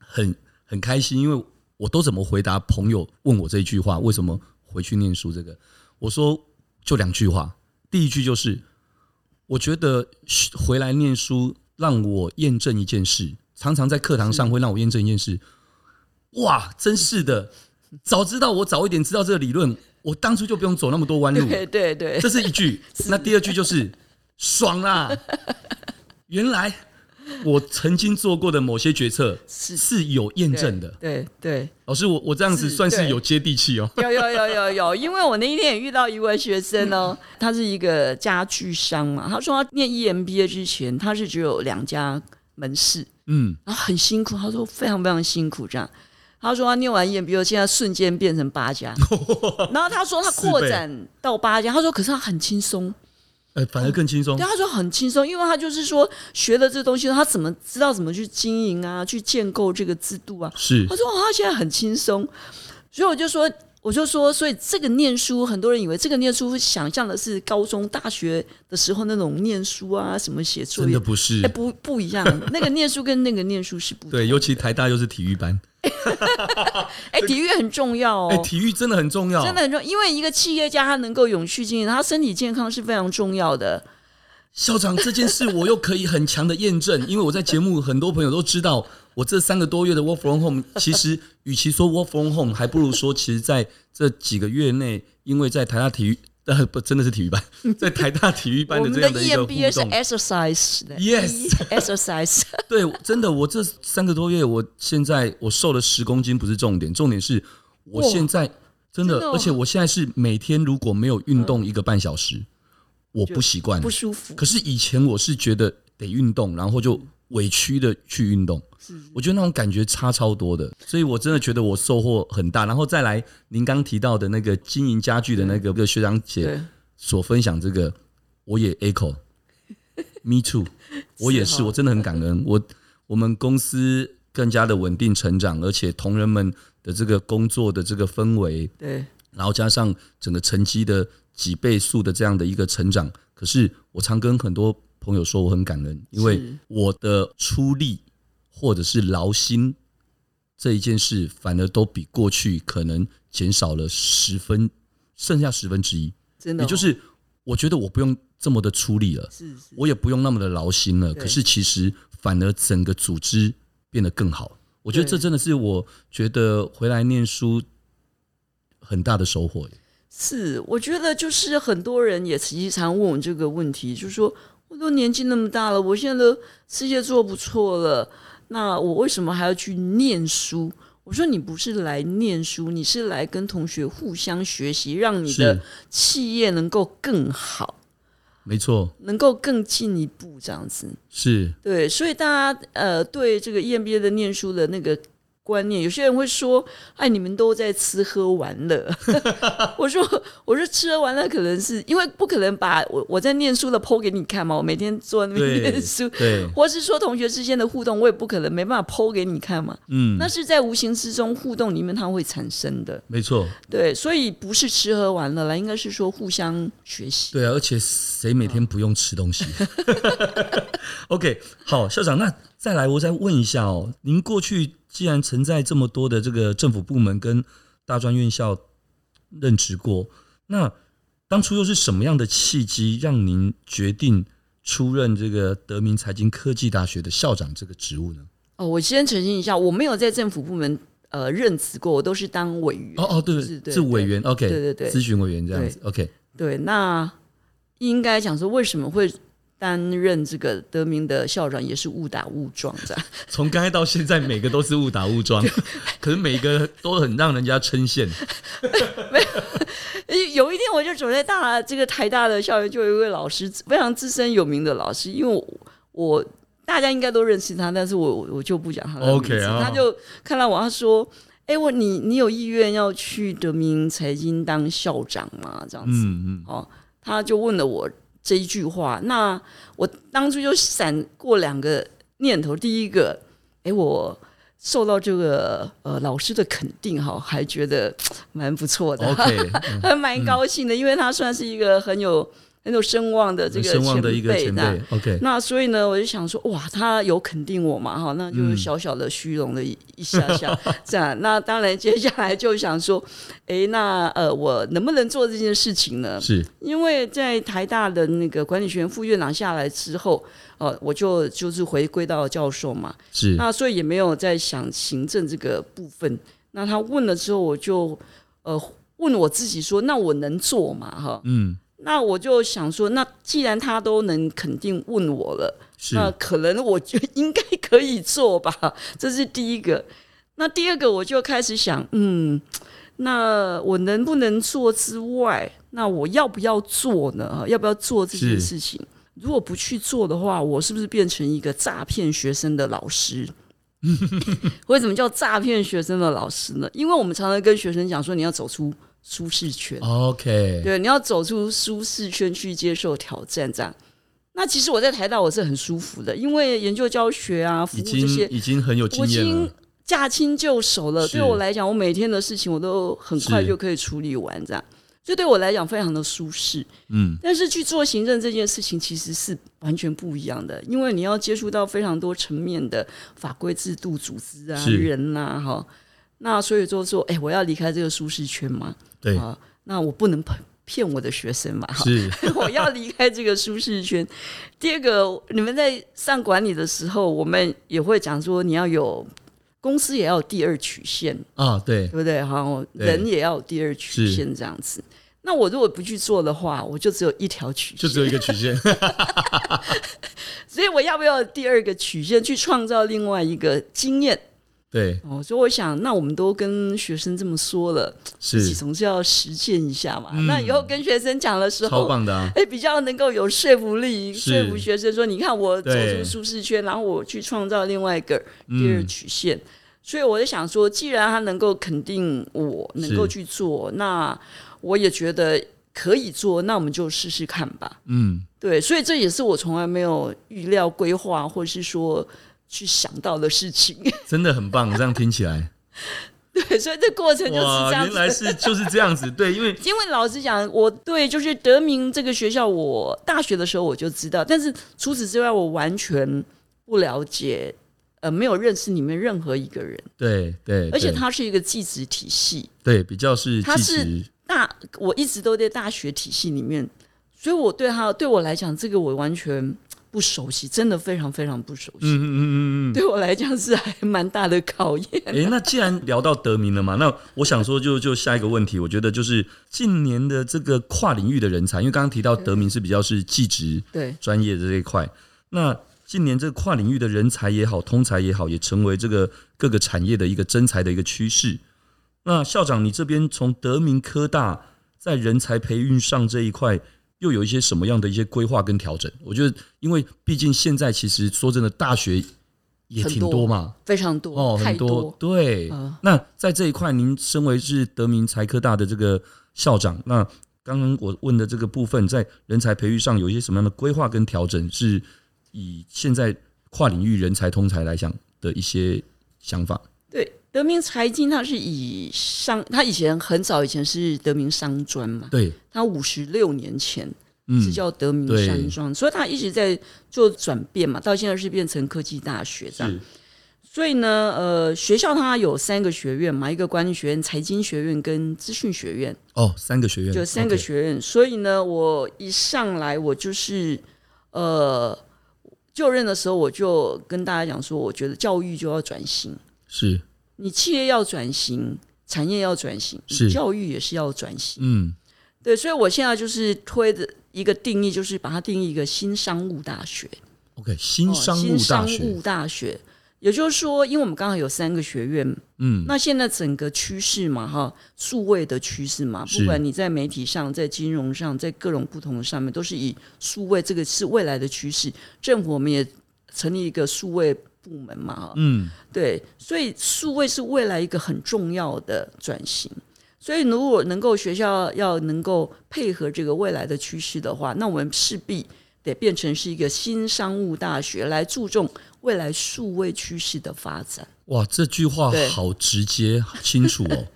S2: 很很开心，因为我都怎么回答朋友问我这一句话，为什么回去念书？这个我说就两句话，第一句就是我觉得回来念书让我验证一件事，常常在课堂上会让我验证一件事。哇，真是的，早知道我早一点知道这个理论，我当初就不用走那么多弯路。
S3: 对对 对
S2: 这，是一句。那第二句就是爽 啦，原来我曾经做过的某些决策
S3: 是
S2: 是有验证的。
S3: 对对，
S2: 老师，我我这样子
S3: 是
S2: 算是
S3: 对
S2: 有接地气哦。
S3: 有有有有有，因为我那一天也遇到一位学 生哦，他是一个家具商嘛，他说他念 EMBA 之前，他是只有两家门市，
S2: 嗯，
S3: 然后很辛苦，他说非常非常辛苦这样。他说他念完 EMBA，现在瞬间变成 八家，然后他说他扩展到八家，他说可是他很轻松，
S2: 呃，反而更轻松
S3: 对，。啊他说很轻松，因为他就是说学了这东西，他怎么知道怎么去经营啊，去建构这个制度啊，
S2: 是
S3: 他说、哦、他现在很轻松，所以我就说，我就说，所以这个念书，很多人以为这个念书想象的是高中、大学的时候那种念书啊，什么写作
S2: 真的
S3: 业，
S2: 不是
S3: 哎，。不不一样， 那个念书跟那个念书是不同
S2: 对，尤其台大又是体育班，
S3: 哎，体育很重要哦。
S2: 哎，体育真的很重要。
S3: 真的很重要，因为一个企业家他能够永续经营，他身体健康是非常重要的。
S2: 校长这件事，我又可以很强的验证，因为我在节目很多朋友都知道，我这三个多月的 work from home，其实与其说 work from home，还不如说，其实在这几个月内，因为在台大体育，呃，不，真的是体 育班，在台大体育班
S3: 我
S2: 的
S3: 们
S2: 这
S3: 的 E
S2: 样的一个
S3: EMBA
S2: 互
S3: 是
S2: 动 E
S3: exercise 的
S2: ，yes，
S3: exercise
S2: 对，真的，我这三个多月，我现在我瘦了十公斤，不是重点，重点是我
S3: 哇
S2: 现在真的，
S3: 真的哦
S2: 而且我现在是每天如果没有运动
S3: 嗯
S2: 一个半小时，我不习惯，
S3: 不舒服。
S2: 嗯可是以前我是觉得得运动，然后就委屈的去运动，我觉得那种感觉差超多的，所以我真的觉得我收获很大。然后再来，您刚提到的那个经营家具的那个那个学长姐
S3: 对，
S2: 所分享这个，我也 echo，me too，我也是，
S3: 哦
S2: 我真的很感恩。我我们公司更加的稳定成长，而且同仁们的这个工作的这个氛围，
S3: 对，
S2: 然后加上整个成绩的几倍数的这样的一个成长。可是我常跟很多朋友说，我很感恩，因为
S3: 是
S2: 我的出力或者是劳心这一件事，反而都比过去可能减少了十分，剩下十分之一。
S3: 真的、
S2: 也
S3: 哦，
S2: 就是我觉得我不用这么的出力了，
S3: 是是
S2: 我也不用那么的劳心了。
S3: 对
S2: 可是其实反而整个组织变得更好。我觉得
S3: 对
S2: 这真的是我觉得回来念书很大的收获耶。
S3: 是，我觉得就是很多人也实际常问我这个问题，就是说我都年纪那么大了，我现在的事业做不错了，那我为什么还要去念书？我说你不是来念书，你是来跟同学互相学习，让你的
S2: 是
S3: 企业能够更好，
S2: 没错，
S3: 能够更进一步这样子。
S2: 是
S3: 对，所以大家呃对这个 EMBA 的念书的那个观念，有些人会说：“哎，你们都在吃喝玩乐。” 我说：“我说吃喝玩乐可能是因为不可能把我我在念书的 PO 给你看嘛，我每天坐在那边
S2: 对
S3: 念书，
S2: 对，
S3: 或是说同学之间的互动，我也不可能没办法 PO 给你看嘛。
S2: 嗯
S3: 那，是在无形之中互动里面它会产生的，
S2: 没错，
S3: 对，所以不是吃喝玩乐了，应该是说互相学习。
S2: 对啊，而且谁每天不用吃东 西？OK，好，校长，那再来，我再问一下哦，您过去既然曾在这么多的这个政府部门跟大专院校任职过，那当初又是什么样的契机让您决定出任这个德明财经科技大学的校长这个职务呢？
S3: 哦，我先澄清一下，我没有在政府部门呃任职过，我都是当委员。
S2: 哦哦，对，
S3: 是对
S2: 是委员，OK，
S3: 对对对
S2: 咨询委员这样子，OK，
S3: 对，那应该讲说为什么会担任这个德明的校长，也是误打误撞这样。
S2: 从刚才到现在，每个都是误打误 撞，可是每个都很让人家称羡。
S3: 诶有一天我就走在大这个台大的校园，就有一位老师非常资深有名的老师，因为我我大家应该都认识他，但是我我我就不讲他的名字
S2: OK，啊
S3: 他就看到我，他说。哎、我你你有意愿要去德明财经当校长吗？ 这样子，
S2: 嗯嗯，
S3: 哦，他就问了我这一句话，那我当初就闪过两个念头，第一个，诶，我受到这个呃老师的肯定哈，还觉得蛮不错的
S2: OK，
S3: 还蛮高兴的，因为他算是一个很有。很有声望的这个
S2: 声望的一个
S3: 前
S2: 前
S3: 这样
S2: 辈，OK，
S3: 那所以呢，我就想说，哇，他有肯定我嘛，哈，那就是
S2: 嗯
S3: 小小的虚荣了一一下下，这样。那当然，接下来就想说，诶，那呃，我能不能做这件事情呢？
S2: 是
S3: 因为在台大的那个管理学院副院长下来之后，呃，我就就是回归到教授嘛，
S2: 是
S3: 那所以也没有在想行政这个部分。那他问了之后，我就呃问我自己说，那我能做吗？哈，
S2: 嗯
S3: 那我就想说，那既然他都能肯定问我了，
S2: 是
S3: 那可能我就应该可以做吧， 这是第一个。那第二个，我就开始想，嗯，那我能不能做之外，那我要不要做呢？要不要做这件
S2: 是
S3: 事情？如果不去做的话，我是不是变成一个诈骗学生的老师？ 为什么叫诈骗学生的老师呢？因为我们常常跟学生讲说，你要走出舒适圈。
S2: OK，
S3: 对，你要走出舒适圈去接受挑战，这样。那其实我在台大我是很舒服的，因为研究教学啊，服
S2: 已
S3: 务这
S2: 经
S3: 些，
S2: 已经很有
S3: 我
S2: 经
S3: 已
S2: 验
S3: 经
S2: 了，
S3: 驾轻就熟了。
S2: 是
S3: 对我来讲，我每天的事情我都很快
S2: 是
S3: 就可以处理完，这样。所以对我来讲非常的舒适，
S2: 嗯，
S3: 但是去做行政这件事情其实是完全不一样的，因为你要接触到非常多层面的法规制度、组织啊、
S2: 是
S3: 人呐、哈。那所以就说，哎、我要离开这个舒适圈嘛，
S2: 对，
S3: 啊，那我不能骗骗我的学生嘛，哈，
S2: 是
S3: 我要离开这个舒适圈。 第二个，你们在上管理的时候，我们也会讲说，你要有公司也要有第二曲线，
S2: 啊，对
S3: 对，不对？哈，我
S2: 对
S3: 人也要有第二曲
S2: 是
S3: 线这样子。那我如果不去做的话，我就只有一条曲
S2: 就
S3: 线，
S2: 只有一个曲 线，
S3: 所以我要不要有第二个曲线去创造另外一个经验？
S2: 对，
S3: 哦，所以我想，那我们都跟学生这么说了，自己
S2: 是
S3: 总是要实践一下嘛。
S2: 嗯
S3: 那以后跟学生讲的时
S2: 超
S3: 候，
S2: 棒的啊，
S3: 哎、比较能够有说服力，
S2: 是
S3: 说服学生说，你看我走
S2: 对
S3: 出舒适圈，然后我去创造另外一个第二
S2: 嗯，
S3: 曲线。所以我就想说，既然他能够肯定我能够去做，那我也觉得可以做，那我们就试试看吧。
S2: 嗯，
S3: 对，所以这也是我从来没有预料、规划，或是说去想到的事情。
S2: 真的很棒，这样听起来，
S3: 对，所以这过 程就是
S2: 哇
S3: 这，样
S2: 原来
S3: 子。
S2: 是就是这样子，对，因为
S3: 因为老实讲，我对就是德明这个学校，我大学的时候我就知道，但是除此之外，我完全不了解，呃，没有认识里面任何一个人，
S2: 对对，
S3: 而且
S2: 对
S3: 它是一个技职体系，
S2: 对比较是
S3: 它
S2: 技
S3: 是
S2: 职，
S3: 大我一直都在大学体系里面，所以我对他对我来讲，这个我完全不熟悉，真的非常非常不熟悉，
S2: 嗯嗯嗯嗯嗯。
S3: 对我来讲是还蛮大的考验。
S2: 诶，那既然聊到德明了嘛，那我想说就，就下一个问题，我觉得就是近年的这个跨领域的人才，因为刚刚提到德
S3: 嗯
S2: 明是比较是技职
S3: 对，
S2: 专业的这一块，那近年这个跨领域的人才也好，通才也好，也成为这个各个产业的一个真才的一个趋势。那校长，你这边从德明科大在人才培育上这一块，又有一些什么样的一些规划跟调整？我觉得，因为毕竟现在其实说真的，大学也
S3: 很
S2: 挺
S3: 多
S2: 多嘛，
S3: 非常多，
S2: 哦，
S3: 太
S2: 很对。
S3: 嗯
S2: 那在这一块，您身为是德明财科大的这个校长，那刚刚我问的这个部分，在人才培育上有一些什么样的规划跟调整？是以现在跨领域人才通才来讲的一些想法？
S3: 对，德明财经它是以商，它以前很早以前是德明商专嘛，
S2: 对，
S3: 它五十六年前
S2: 嗯，
S3: 是叫德明商专，所以它一直在做转变嘛，到现在是变成科技大学这样。
S2: 是
S3: 所以呢，呃，学校它有三个学院嘛，一个管理学院、财经学院跟资讯学院，
S2: 哦，三个学院，
S3: 就三个
S2: OK，
S3: 学院。所以呢，我一上来我就是呃就任的时候，我就跟大家讲说，我觉得教育就要转型。
S2: 是，
S3: 你企业要转型，产业要转型，你
S2: 是
S3: 教育也是要转型。
S2: 嗯，
S3: 对，所以我现在就是推的一个定义，就是把它定义一个新商务大学，
S2: OK，新商
S3: 哦
S2: 务大
S3: 新商
S2: 学，
S3: 务大学。也就是说，因为我们刚好有三个学院，
S2: 嗯，
S3: 那现在整个趋势嘛，哈，数位的趋势嘛，
S2: 是
S3: 不管你在媒体上、在金融上、在各种不同的上面，都是以数位这个是未来的趋势。政府我们也成立一个数位部门嘛，哈，
S2: 嗯，
S3: 对，所以数位是未来一个很重要的转型。所以，如果能够学校要能够配合这个未来的趋势的话，那我们势必得变成是一个新商务大学，来注重未来数位趋势的发展。
S2: 哇，这句话
S3: 对
S2: 好直接、好清楚哦。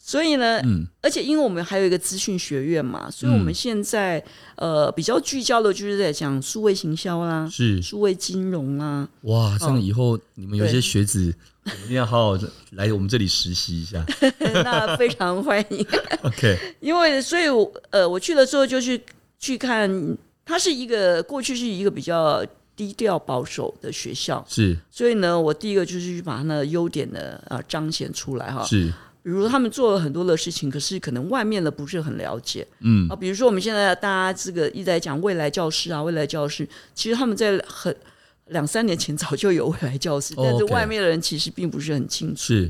S3: 所以呢，
S2: 嗯，
S3: 而且因为我们还有一个资讯学院嘛，所以我们现在、呃比较聚焦的就是在讲数位行销啦、
S2: 是
S3: 数位金融啦。
S2: 哇，这样以后你们有一些
S3: 嗯对
S2: 学子，我们一定要好好地来我们这里实习一 下。
S3: 那非常欢迎。
S2: OK，
S3: 因为所以我，呃，我去了之后就去去看，它是一个过去是一个比较低调保守的学校，
S2: 是
S3: 所以呢，我第一个就是去把它的优点呢呃彰显出来哈。
S2: 是，
S3: 比如他们做了很多的事情，可是可能外面的不是很了解
S2: 嗯
S3: 啊。比如说我们现在大家这个一直在讲未来教师啊，未来教师，其实他们在很。两三年前早就有未来教师，
S2: 哦
S3: 但是
S2: OK
S3: 外面的人其实并不是很清楚。
S2: 是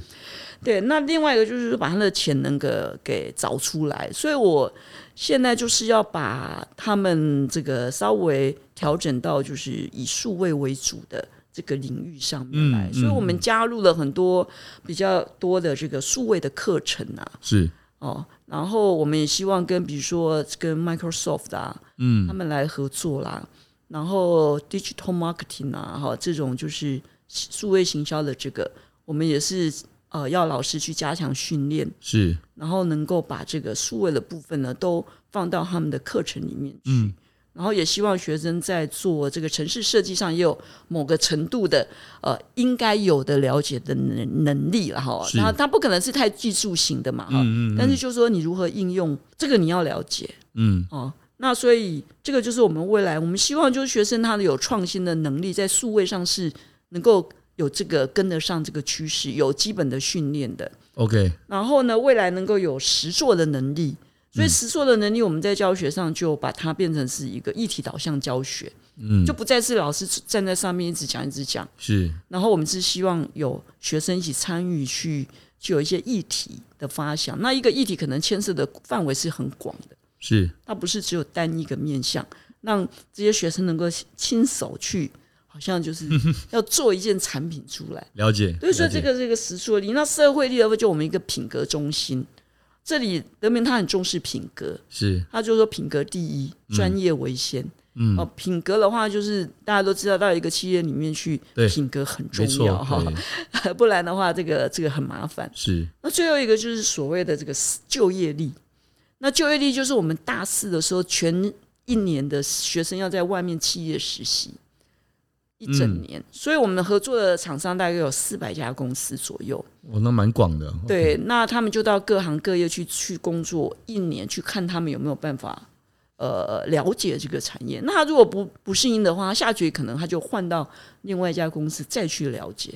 S3: 对，那另外一个就是把他的潜能给给找出来，所以我现在就是要把他们这个稍微调整到就是以数位为主的这个领域上面来，
S2: 嗯
S3: 所以我们
S2: 嗯
S3: 加入了很多比较多的这个数位的课程啊，
S2: 是，
S3: 哦，然后我们也希望跟比如说跟 Microsoft 啊，
S2: 嗯
S3: 他们来合作啦，然后 digital marketing 啊，哈，这种就是数位行销的这个，我们也是呃要老师去加强训练，
S2: 是，
S3: 然后能够把这个数位的部分呢都放到他们的课程里面去。
S2: 嗯
S3: 然后也希望学生在做这个城市设计上也有某个程度的呃应该有的了解的能能力了哈。
S2: 是
S3: 然后它不可能是太技术型的嘛哈，
S2: 嗯嗯嗯
S3: 但是就是说你如何应用这个你要了解。
S2: 嗯
S3: 哦，那所以这个就是我们未来，我们希望就是学生他的有创新的能力，在数位上是能够有这个跟得上这个趋势，有基本的训练的。
S2: ，OK，
S3: 然后呢，未来能够有实作的能力。所以实作的能力，我们在教学上就把它变成是一个议题导向教学，
S2: 嗯
S3: 就不再是老师站在上面一直讲一直讲。
S2: 是
S3: 然后我们是希望有学生一起参与去，去有一些议题的发想。那一个议题可能牵涉的范围是很广的。
S2: 是
S3: 它不是只有单一个面向，让这些学生能够亲手去，好 像就是要做一件产品出来。
S2: 了解，
S3: 所以说，
S2: 了解
S3: 这个这个实作力，那社会力的话，就我们一个品格中心。这里人民他很重视品格，
S2: 是
S3: 他就说品格第一，专业为先。
S2: 嗯
S3: 哦，品格的话就是大家都知道，到一个企业里面去
S2: 对，
S3: 品格很重
S2: 没错
S3: 要，哈
S2: 对，
S3: 不然的话，这个这个很麻烦。
S2: 是
S3: 那最后一个就是所谓的这个就业力。那就业力就是我们大四的时候，全一年的学生要在外面企业实习一整年，所以我们合作的厂商大概有四百家公司左右。
S2: 哦，那蛮广的，
S3: 对，那他们就到各行各业去去工作一年，去看他们有没有办法呃了解这个产业。那他如果不不适应的话，他下去可能他就换到另外一家公司再去了解。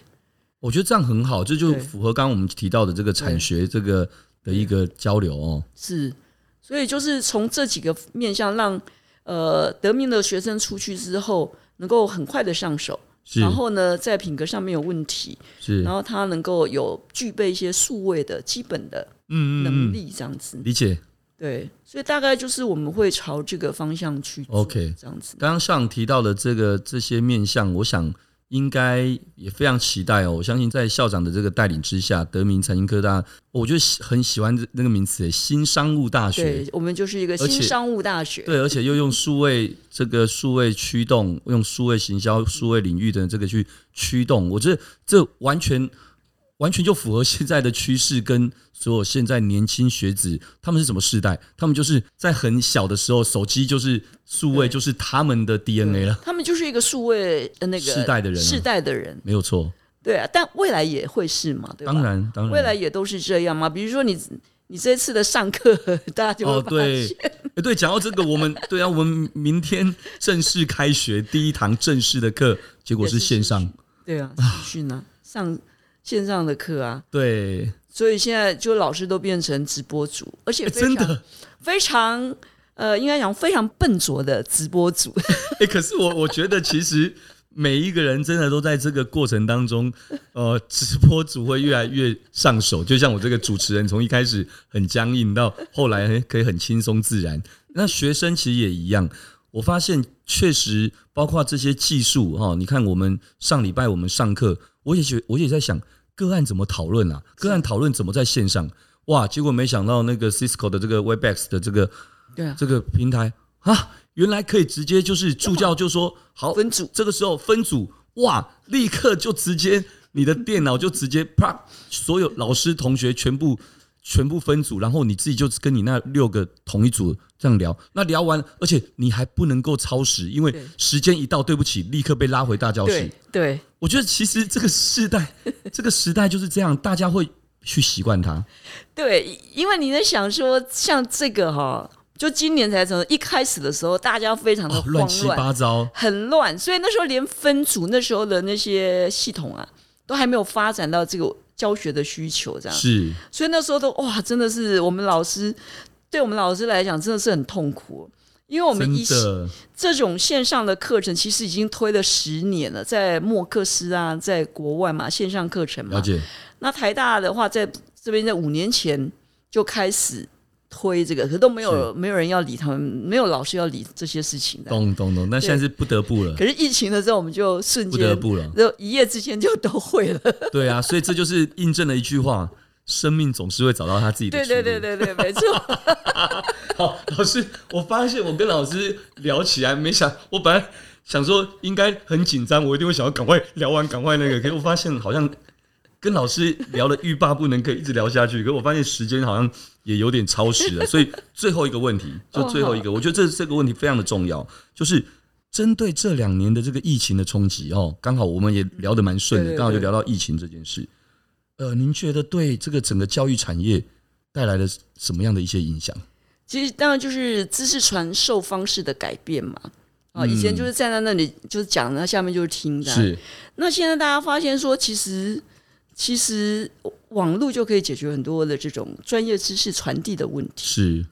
S2: 我觉得这样很好，这就
S3: 对
S2: 符合刚刚我们提到的这个产学这个的一个交流哦。
S3: 是，所以就是从这几个面向让呃得名的学生出去之后，能够很快的上手，
S2: 是
S3: 然后呢，在品格上面有问题，
S2: 是，
S3: 然后他能够有具备一些数位的基本的
S2: 嗯
S3: 能，力，这样子。
S2: 理解。
S3: 对，所以大概就是我们会朝这个方向去做
S2: OK
S3: 这样子。
S2: 刚刚上提到的这个这些面向，我想应该也非常期待哦。我相信在校长的这个带领之下，德明财经科大，我就喜很喜欢这那个名词，新商务大学
S3: 对。，我们就是一个
S2: 而且
S3: 新商务大学。
S2: 对，而且又用数位这个数位驱动，用数位行销、数位领域的这个去驱动，我觉得这完全完全就符合现在的趋势，跟所有现在年轻学子他们是什么世代？他们就是在很小的时候，手机就是数位，
S3: 对
S2: 就是他们的 DNA 了，
S3: 他们就是一个数位呃那个
S2: 世代的人啊
S3: 世代的人，
S2: 没有错。
S3: 对啊，但未来也会是嘛，对吧？
S2: 当然，当然，
S3: 未来也都是这样嘛。比如说你你这次的上课， 大家就会
S2: 哦，
S3: 发
S2: 对
S3: 现，，
S2: 诶对，讲到这个，我们 对啊，我们明天正式开学第一堂正式的课，结果是
S3: 也是
S2: 线上
S3: 视，对啊，视讯啊，上线上的课啊，
S2: 对，
S3: 所以现在就老师都变成直播主，而且
S2: 诶
S3: 非常
S2: 哎真的。
S3: 非常呃，应该讲非常笨拙的直播 主，
S2: 哎、可是我我觉得其实每一个人真的都在这个过程当中，呃，直播组会越来越上手。就像我这个主持人，从一开始很僵硬，到后来很可以很轻松自然。那学生其实也一样，我发现确实包括这些技术哈、哦，你看我们上礼拜我们上课，我也觉我也在想个案怎么讨论啊，个案讨论怎么在线上。哇！结果没想到那个 Cisco 的这个 Webex 的这个
S3: 对啊，
S2: 这个平台啊，原来可以直接就是助教就说好
S3: 分组
S2: 这个时候分组哇，立刻就直接你的电脑就直接啪，所有老师同学全部全部分组，然后你自己就跟你那六个同一组这样聊。那聊完，而且你还不能够超时，因为
S3: 对
S2: 时间一到，对不起，立刻被拉回大教室
S3: 对。对，
S2: 我觉得其实这个世 代，这个时代就是这样，大家会去习惯它。
S3: 对，因为你在想说，像这个哈、就今年才从一开始的时候，大家非常的
S2: 哦
S3: 慌，
S2: 乱七八糟，
S3: 很乱，所以那时候连分组那时候的那些系统啊，都还没有发展到这个教学的需求，这样，
S2: 是
S3: 所以那时候都哇，真的是我们老师对我们老师来讲真的是很痛苦，因为我们
S2: 真
S3: 一
S2: 的
S3: 这种线上的课程其实已经推了十年了，在默克斯啊，在国外嘛，线上课程嘛
S2: 了，解，
S3: 那台大的话，在这边在五年前就开始推这个，可是都没有没有人要理他们，没有老师要理这些事情的。
S2: 懂懂懂。那现在是不得不了，
S3: 可是疫情的时候，我们就瞬
S2: 不得
S3: 间，
S2: 不了。
S3: 就一夜之间就都会了。
S2: 对啊，所以这就是印证了一句话：生命总是会找到他自己的
S3: 对
S2: 出路。
S3: 对对对对，没 错。
S2: 好，老师，我发现我跟老师聊起来，没想我本来想说应该很紧张，我一定会想要赶快聊完，赶快那个。可是我发现好像跟老师聊的欲罢不能，可以一直聊下去。可是我发现时间好像也有点超时了，所以最后一个问题，就最后一个，我觉得这这个问题非常的重要，就是。针对这两年的这个疫情的冲击哦，刚好我们也聊得蛮顺
S3: 对
S2: 的，
S3: 对
S2: 刚好就
S3: 对
S2: 聊到疫情这件事。呃，您觉得对这个整个教育产业带来了什么样的一些影响？
S3: 其实当然就是知识传授方式的改变嘛。啊，
S2: 嗯
S3: 以前就是站在那里就是讲，那下面就是听的啊。
S2: 是
S3: 那现在大家发现说，其实其实网络就可以解决很多的这种专业知识传递的问题。
S2: 是，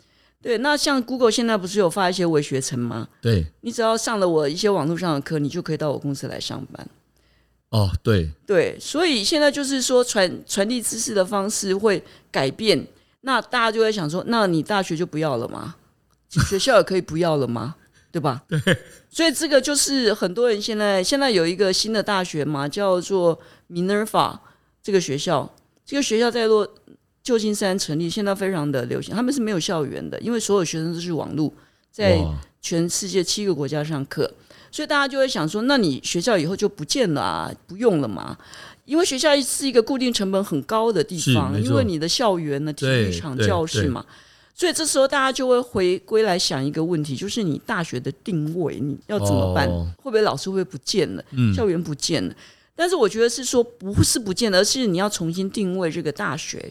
S3: 对，那像 Google 现在不是有发一些微学程吗？
S2: 对，
S3: 你只要上了我一些网络上的课，你就可以到我公司来上班。
S2: 哦，对，
S3: 对，所以现在就是说传传递知识的方式会改变，那大家就会想说，那你大学就不要了吗？学校也可以不要了吗？对吧？对，所以这个就是很多人现在现在有一个新的大学嘛，叫做 Minerva 这个学校，这个学校在洛旧金山成立，现在非常的流行，他们是没有校园的，因为所有学生都是网络在
S2: 哇，
S3: 全世界七个国家上课，所以大家就会想说，那你学校以后就不见了啊，不用了嘛？因为学校是一个固定成本很高的地
S2: 是
S3: 方，
S2: 没错
S3: 因为你的校园呢、体
S2: 对
S3: 育场、
S2: 对
S3: 教室嘛，所以这时候大家就会回归来想一个问题，就是你大学的定位你要怎么办？
S2: 哦
S3: 会不会老师会不见了？
S2: 嗯，
S3: 校园不见了。但是我觉得是说不是不见了，而是你要重新定位这个大学。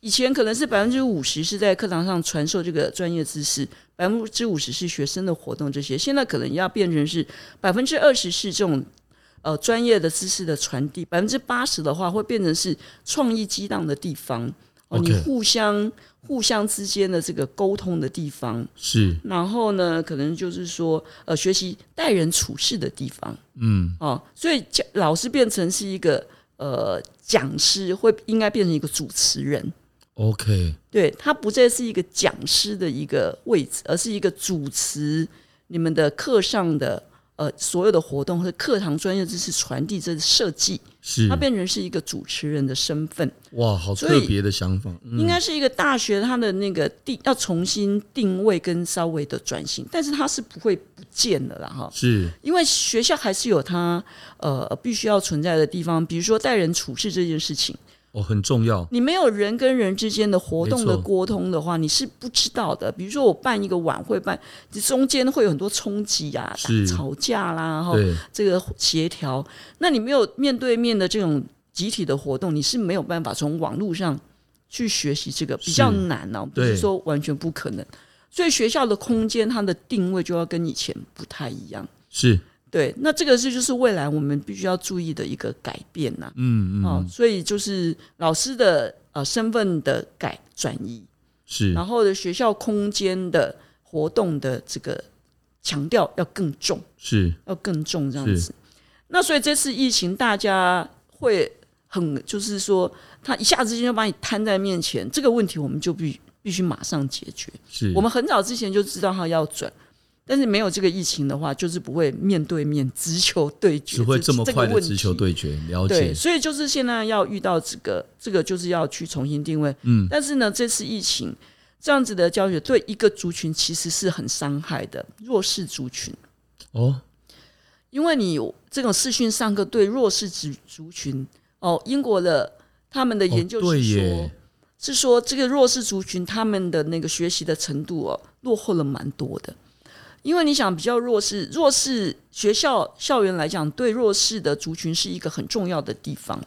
S3: 以前可能是百分之五十是在课堂上传授这个专业知识，百分之五十是学生的活动这些，现在可能要变成是百分之二十是这种呃专业的知识的传递，百分之八十的话会变成是创意激荡的地方哦
S2: OK
S3: 你互相互相之间的这个沟通的地方，
S2: 是，
S3: 然后呢，可能就是说呃学习待人处事的地方。
S2: 嗯，
S3: 哦，所以教老师变成是一个呃讲师，会应该变成一个主持人。
S2: ，OK，
S3: 对他不再是一个讲师的一个位置，而是一个主持你们的课上的呃所有的活动和课堂专业知识传递这设计，
S2: 是
S3: 他，变成是一个主持人的身份，
S2: 哇，好
S3: 所
S2: 特
S3: 以
S2: 别的想法，嗯
S3: 应该是一个大学它的那个定要重新定位跟稍微的转型，但是它是不会不见的啦哈。
S2: 是
S3: 因为学校还是有它呃必须要存在的地方，比如说待人处事这件事情，
S2: 哦，很重要，
S3: 你没有人跟人之间的活动
S2: 没
S3: 的
S2: 错
S3: 沟通的话，你是不知道的。比如说我办一个晚会办，你中间会有很多冲击啊，
S2: 是
S3: 打吵架啦，哈，
S2: 对，
S3: 这个协调，那你没有面对面的这种集体的活动，你是没有办法从网络上去学习这个，比较难哦、不
S2: 嗯对
S3: 是说完全不可能。所以学校的空间它的定位就要跟以前不太一样。
S2: 是，
S3: 对，那这个是就是未来我们必须要注意的一个改变呐、
S2: 嗯
S3: 哦
S2: 嗯，，
S3: 所以就是老师的呃身份的改转移，
S2: 是
S3: 然后的学校空间的活动的这个强调要更重，
S2: 是，
S3: 要更重这样
S2: 是
S3: 子。那所以这次疫情，大家会很就是说，他一下子就把你摊在面前，这个问题我们就必必须马上解决。
S2: 是，
S3: 我们很早之前就知道他要转，但是没有这个疫情的话，就是不会面对面直球对决，
S2: 只会
S3: 这
S2: 这么快
S3: 这个
S2: 的
S3: 问题
S2: 直球对决，了
S3: 对，
S2: 解，
S3: 所以就是现在要遇到这个，这个就是要去重新定位。
S2: 嗯，
S3: 但是呢，这次疫情这样子的教学对一个族群其实是很伤害的，弱势族群。
S2: 哦，
S3: 因为你有这种视讯上课对弱势族族群哦，英国的他们的研究
S2: 哦对
S3: 是说，
S2: 耶
S3: 是说这个弱势族群他们的那个学习的程度哦，落后了蛮多的。因为你想比较弱势，弱势学校校园来讲，对弱势的族群是一个很重要的地方。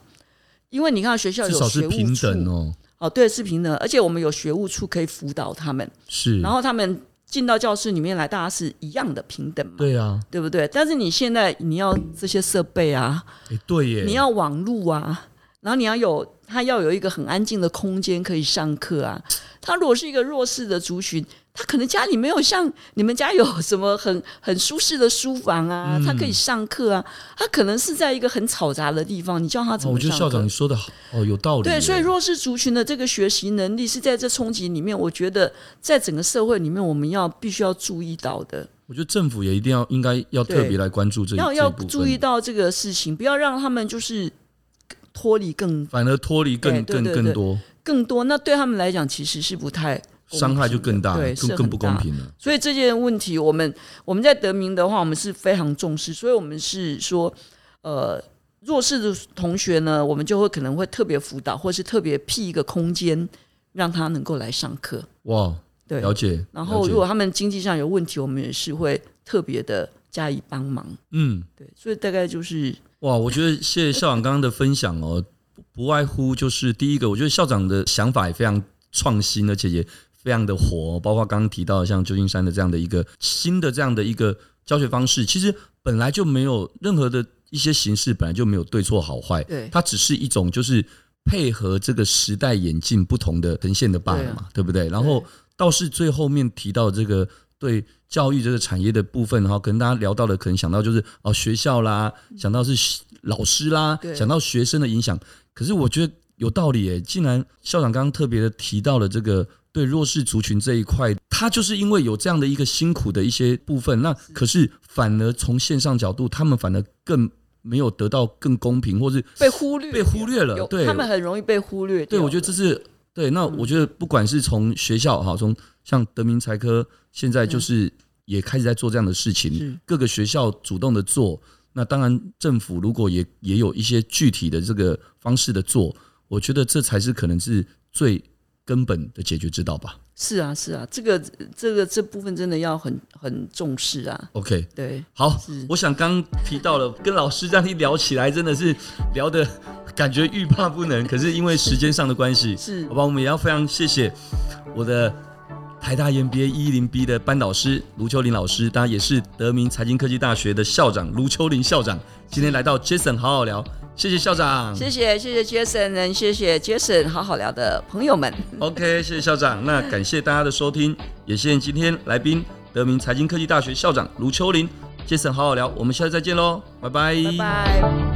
S3: 因为你看学校
S2: 至
S3: 有
S2: 少
S3: 学
S2: 是
S3: 务
S2: 平等
S3: 处，
S2: 哦，
S3: 哦，对，是平等，而且我们有学务处可以辅导他们，
S2: 是，
S3: 然后他们进到教室里面来，大家是一样的平等嘛，
S2: 对啊，
S3: 对不对？但是你现在你要这些设备啊，
S2: 哎，对耶，
S3: 你要网路啊，然后你要有他要有一个很安静的空间可以上课啊。他如果是一个弱势的族群，他可能家里没有像你们家有什么很很舒适的书房啊，
S2: 嗯
S3: 他可以上课啊。他可能是在一个很嘈杂的地方，你叫他怎
S2: 哦，
S3: 么
S2: 我觉
S3: 上
S2: 得
S3: 课？
S2: 校长你说的好哦，有道理耶。
S3: 对，所以弱势族群的这个学习能力是在这冲击里面，我觉得在整个社会里面，我们要必须要注意到的。
S2: 我觉得政府也一定要应该要特
S3: 对
S2: 别来关注这
S3: 要
S2: 这
S3: 要
S2: 一部
S3: 注意
S2: 分，
S3: 到这个事情，不要让他们就是脱离更
S2: 反而脱离更
S3: 对对
S2: 更
S3: 对
S2: 更
S3: 对
S2: 多，
S3: 更多。那对他们来讲，其实是不太公平的
S2: 伤害就更大，
S3: 对，
S2: 更
S3: 是
S2: 更
S3: 很
S2: 不公
S3: 大。
S2: 平了。
S3: 所以这件问题，我们我们在德明的话，我们是非常重视，所以我们是说，呃，弱势的同学呢，我们就会可能会特别呃辅导，或是特别辟一个空间，让他能够来上课。
S2: 哇，
S3: 对，
S2: 了解。
S3: 然
S2: 了
S3: 后
S2: 解
S3: 如果他们经济上有问题，我们也是会特别的加以帮忙。
S2: 嗯，
S3: 对，所以大概就是
S2: 哇，我觉得谢谢校长刚刚的分享哦，不不外乎就是第一个，我觉得校长的想法也非常创新，而且也非常的活，包括刚刚提到的像旧金山的这样的一个新的这样的一个教学方式，其实本来就没有任何的一些形式，本来就没有对错好坏，
S3: 对
S2: 它只是一种就是配合这个时代演进不同的呈现的罢了嘛，对不对？然后倒是最后面提到这个对教育这个产业的部分，然后跟大家聊到的，可能想到就是哦学校啦，想到是老师啦，
S3: 对
S2: 想到学生的影响。可是我觉得有道理耶，竟然校长刚刚特别的提到了这个。对弱势族群这一块，他就是因为有这样的一个辛苦的一些部分，那可是反而从线上角度，他们反而更没有得到更公平，或是
S3: 被忽略，
S2: 被忽略了
S3: 有。
S2: 对，
S3: 他们嗯很容易被忽略掉
S2: 对
S3: 了。
S2: 我觉得这是对。那我觉得不管是从学校哈，从像德明财科，现在就是也开始在做这样的事情
S3: 是，
S2: 各个学校主动的做。那当然，政府如果也也有一些具体的这个方式的做，我觉得这才是可能是最根本的解决之道吧。
S3: 是啊，是啊，这个这个这部分真的要很很重视啊。
S2: OK，
S3: 对，
S2: 好
S3: 是，
S2: 我想刚提到了，跟老师这样一聊起来，真的是聊的感觉欲罢不能。可是因为时间上的关系，
S3: 是
S2: 好吧，我们也要非常谢谢我的台大 MBA 一零 B 的班导师卢秋林老师，当然也是德明财经科技大学的校长卢秋林校长，今天来到 Jason 好好聊，谢谢校长，
S3: 谢谢谢谢 Jason，谢谢 Jason，好好聊的朋友们，
S2: OK，谢谢校长。那感谢大家的收听，也谢谢今天来宾德明财经科技大学校长卢秋林。杰森好好聊，我们下次再见喽，拜拜
S3: 拜拜。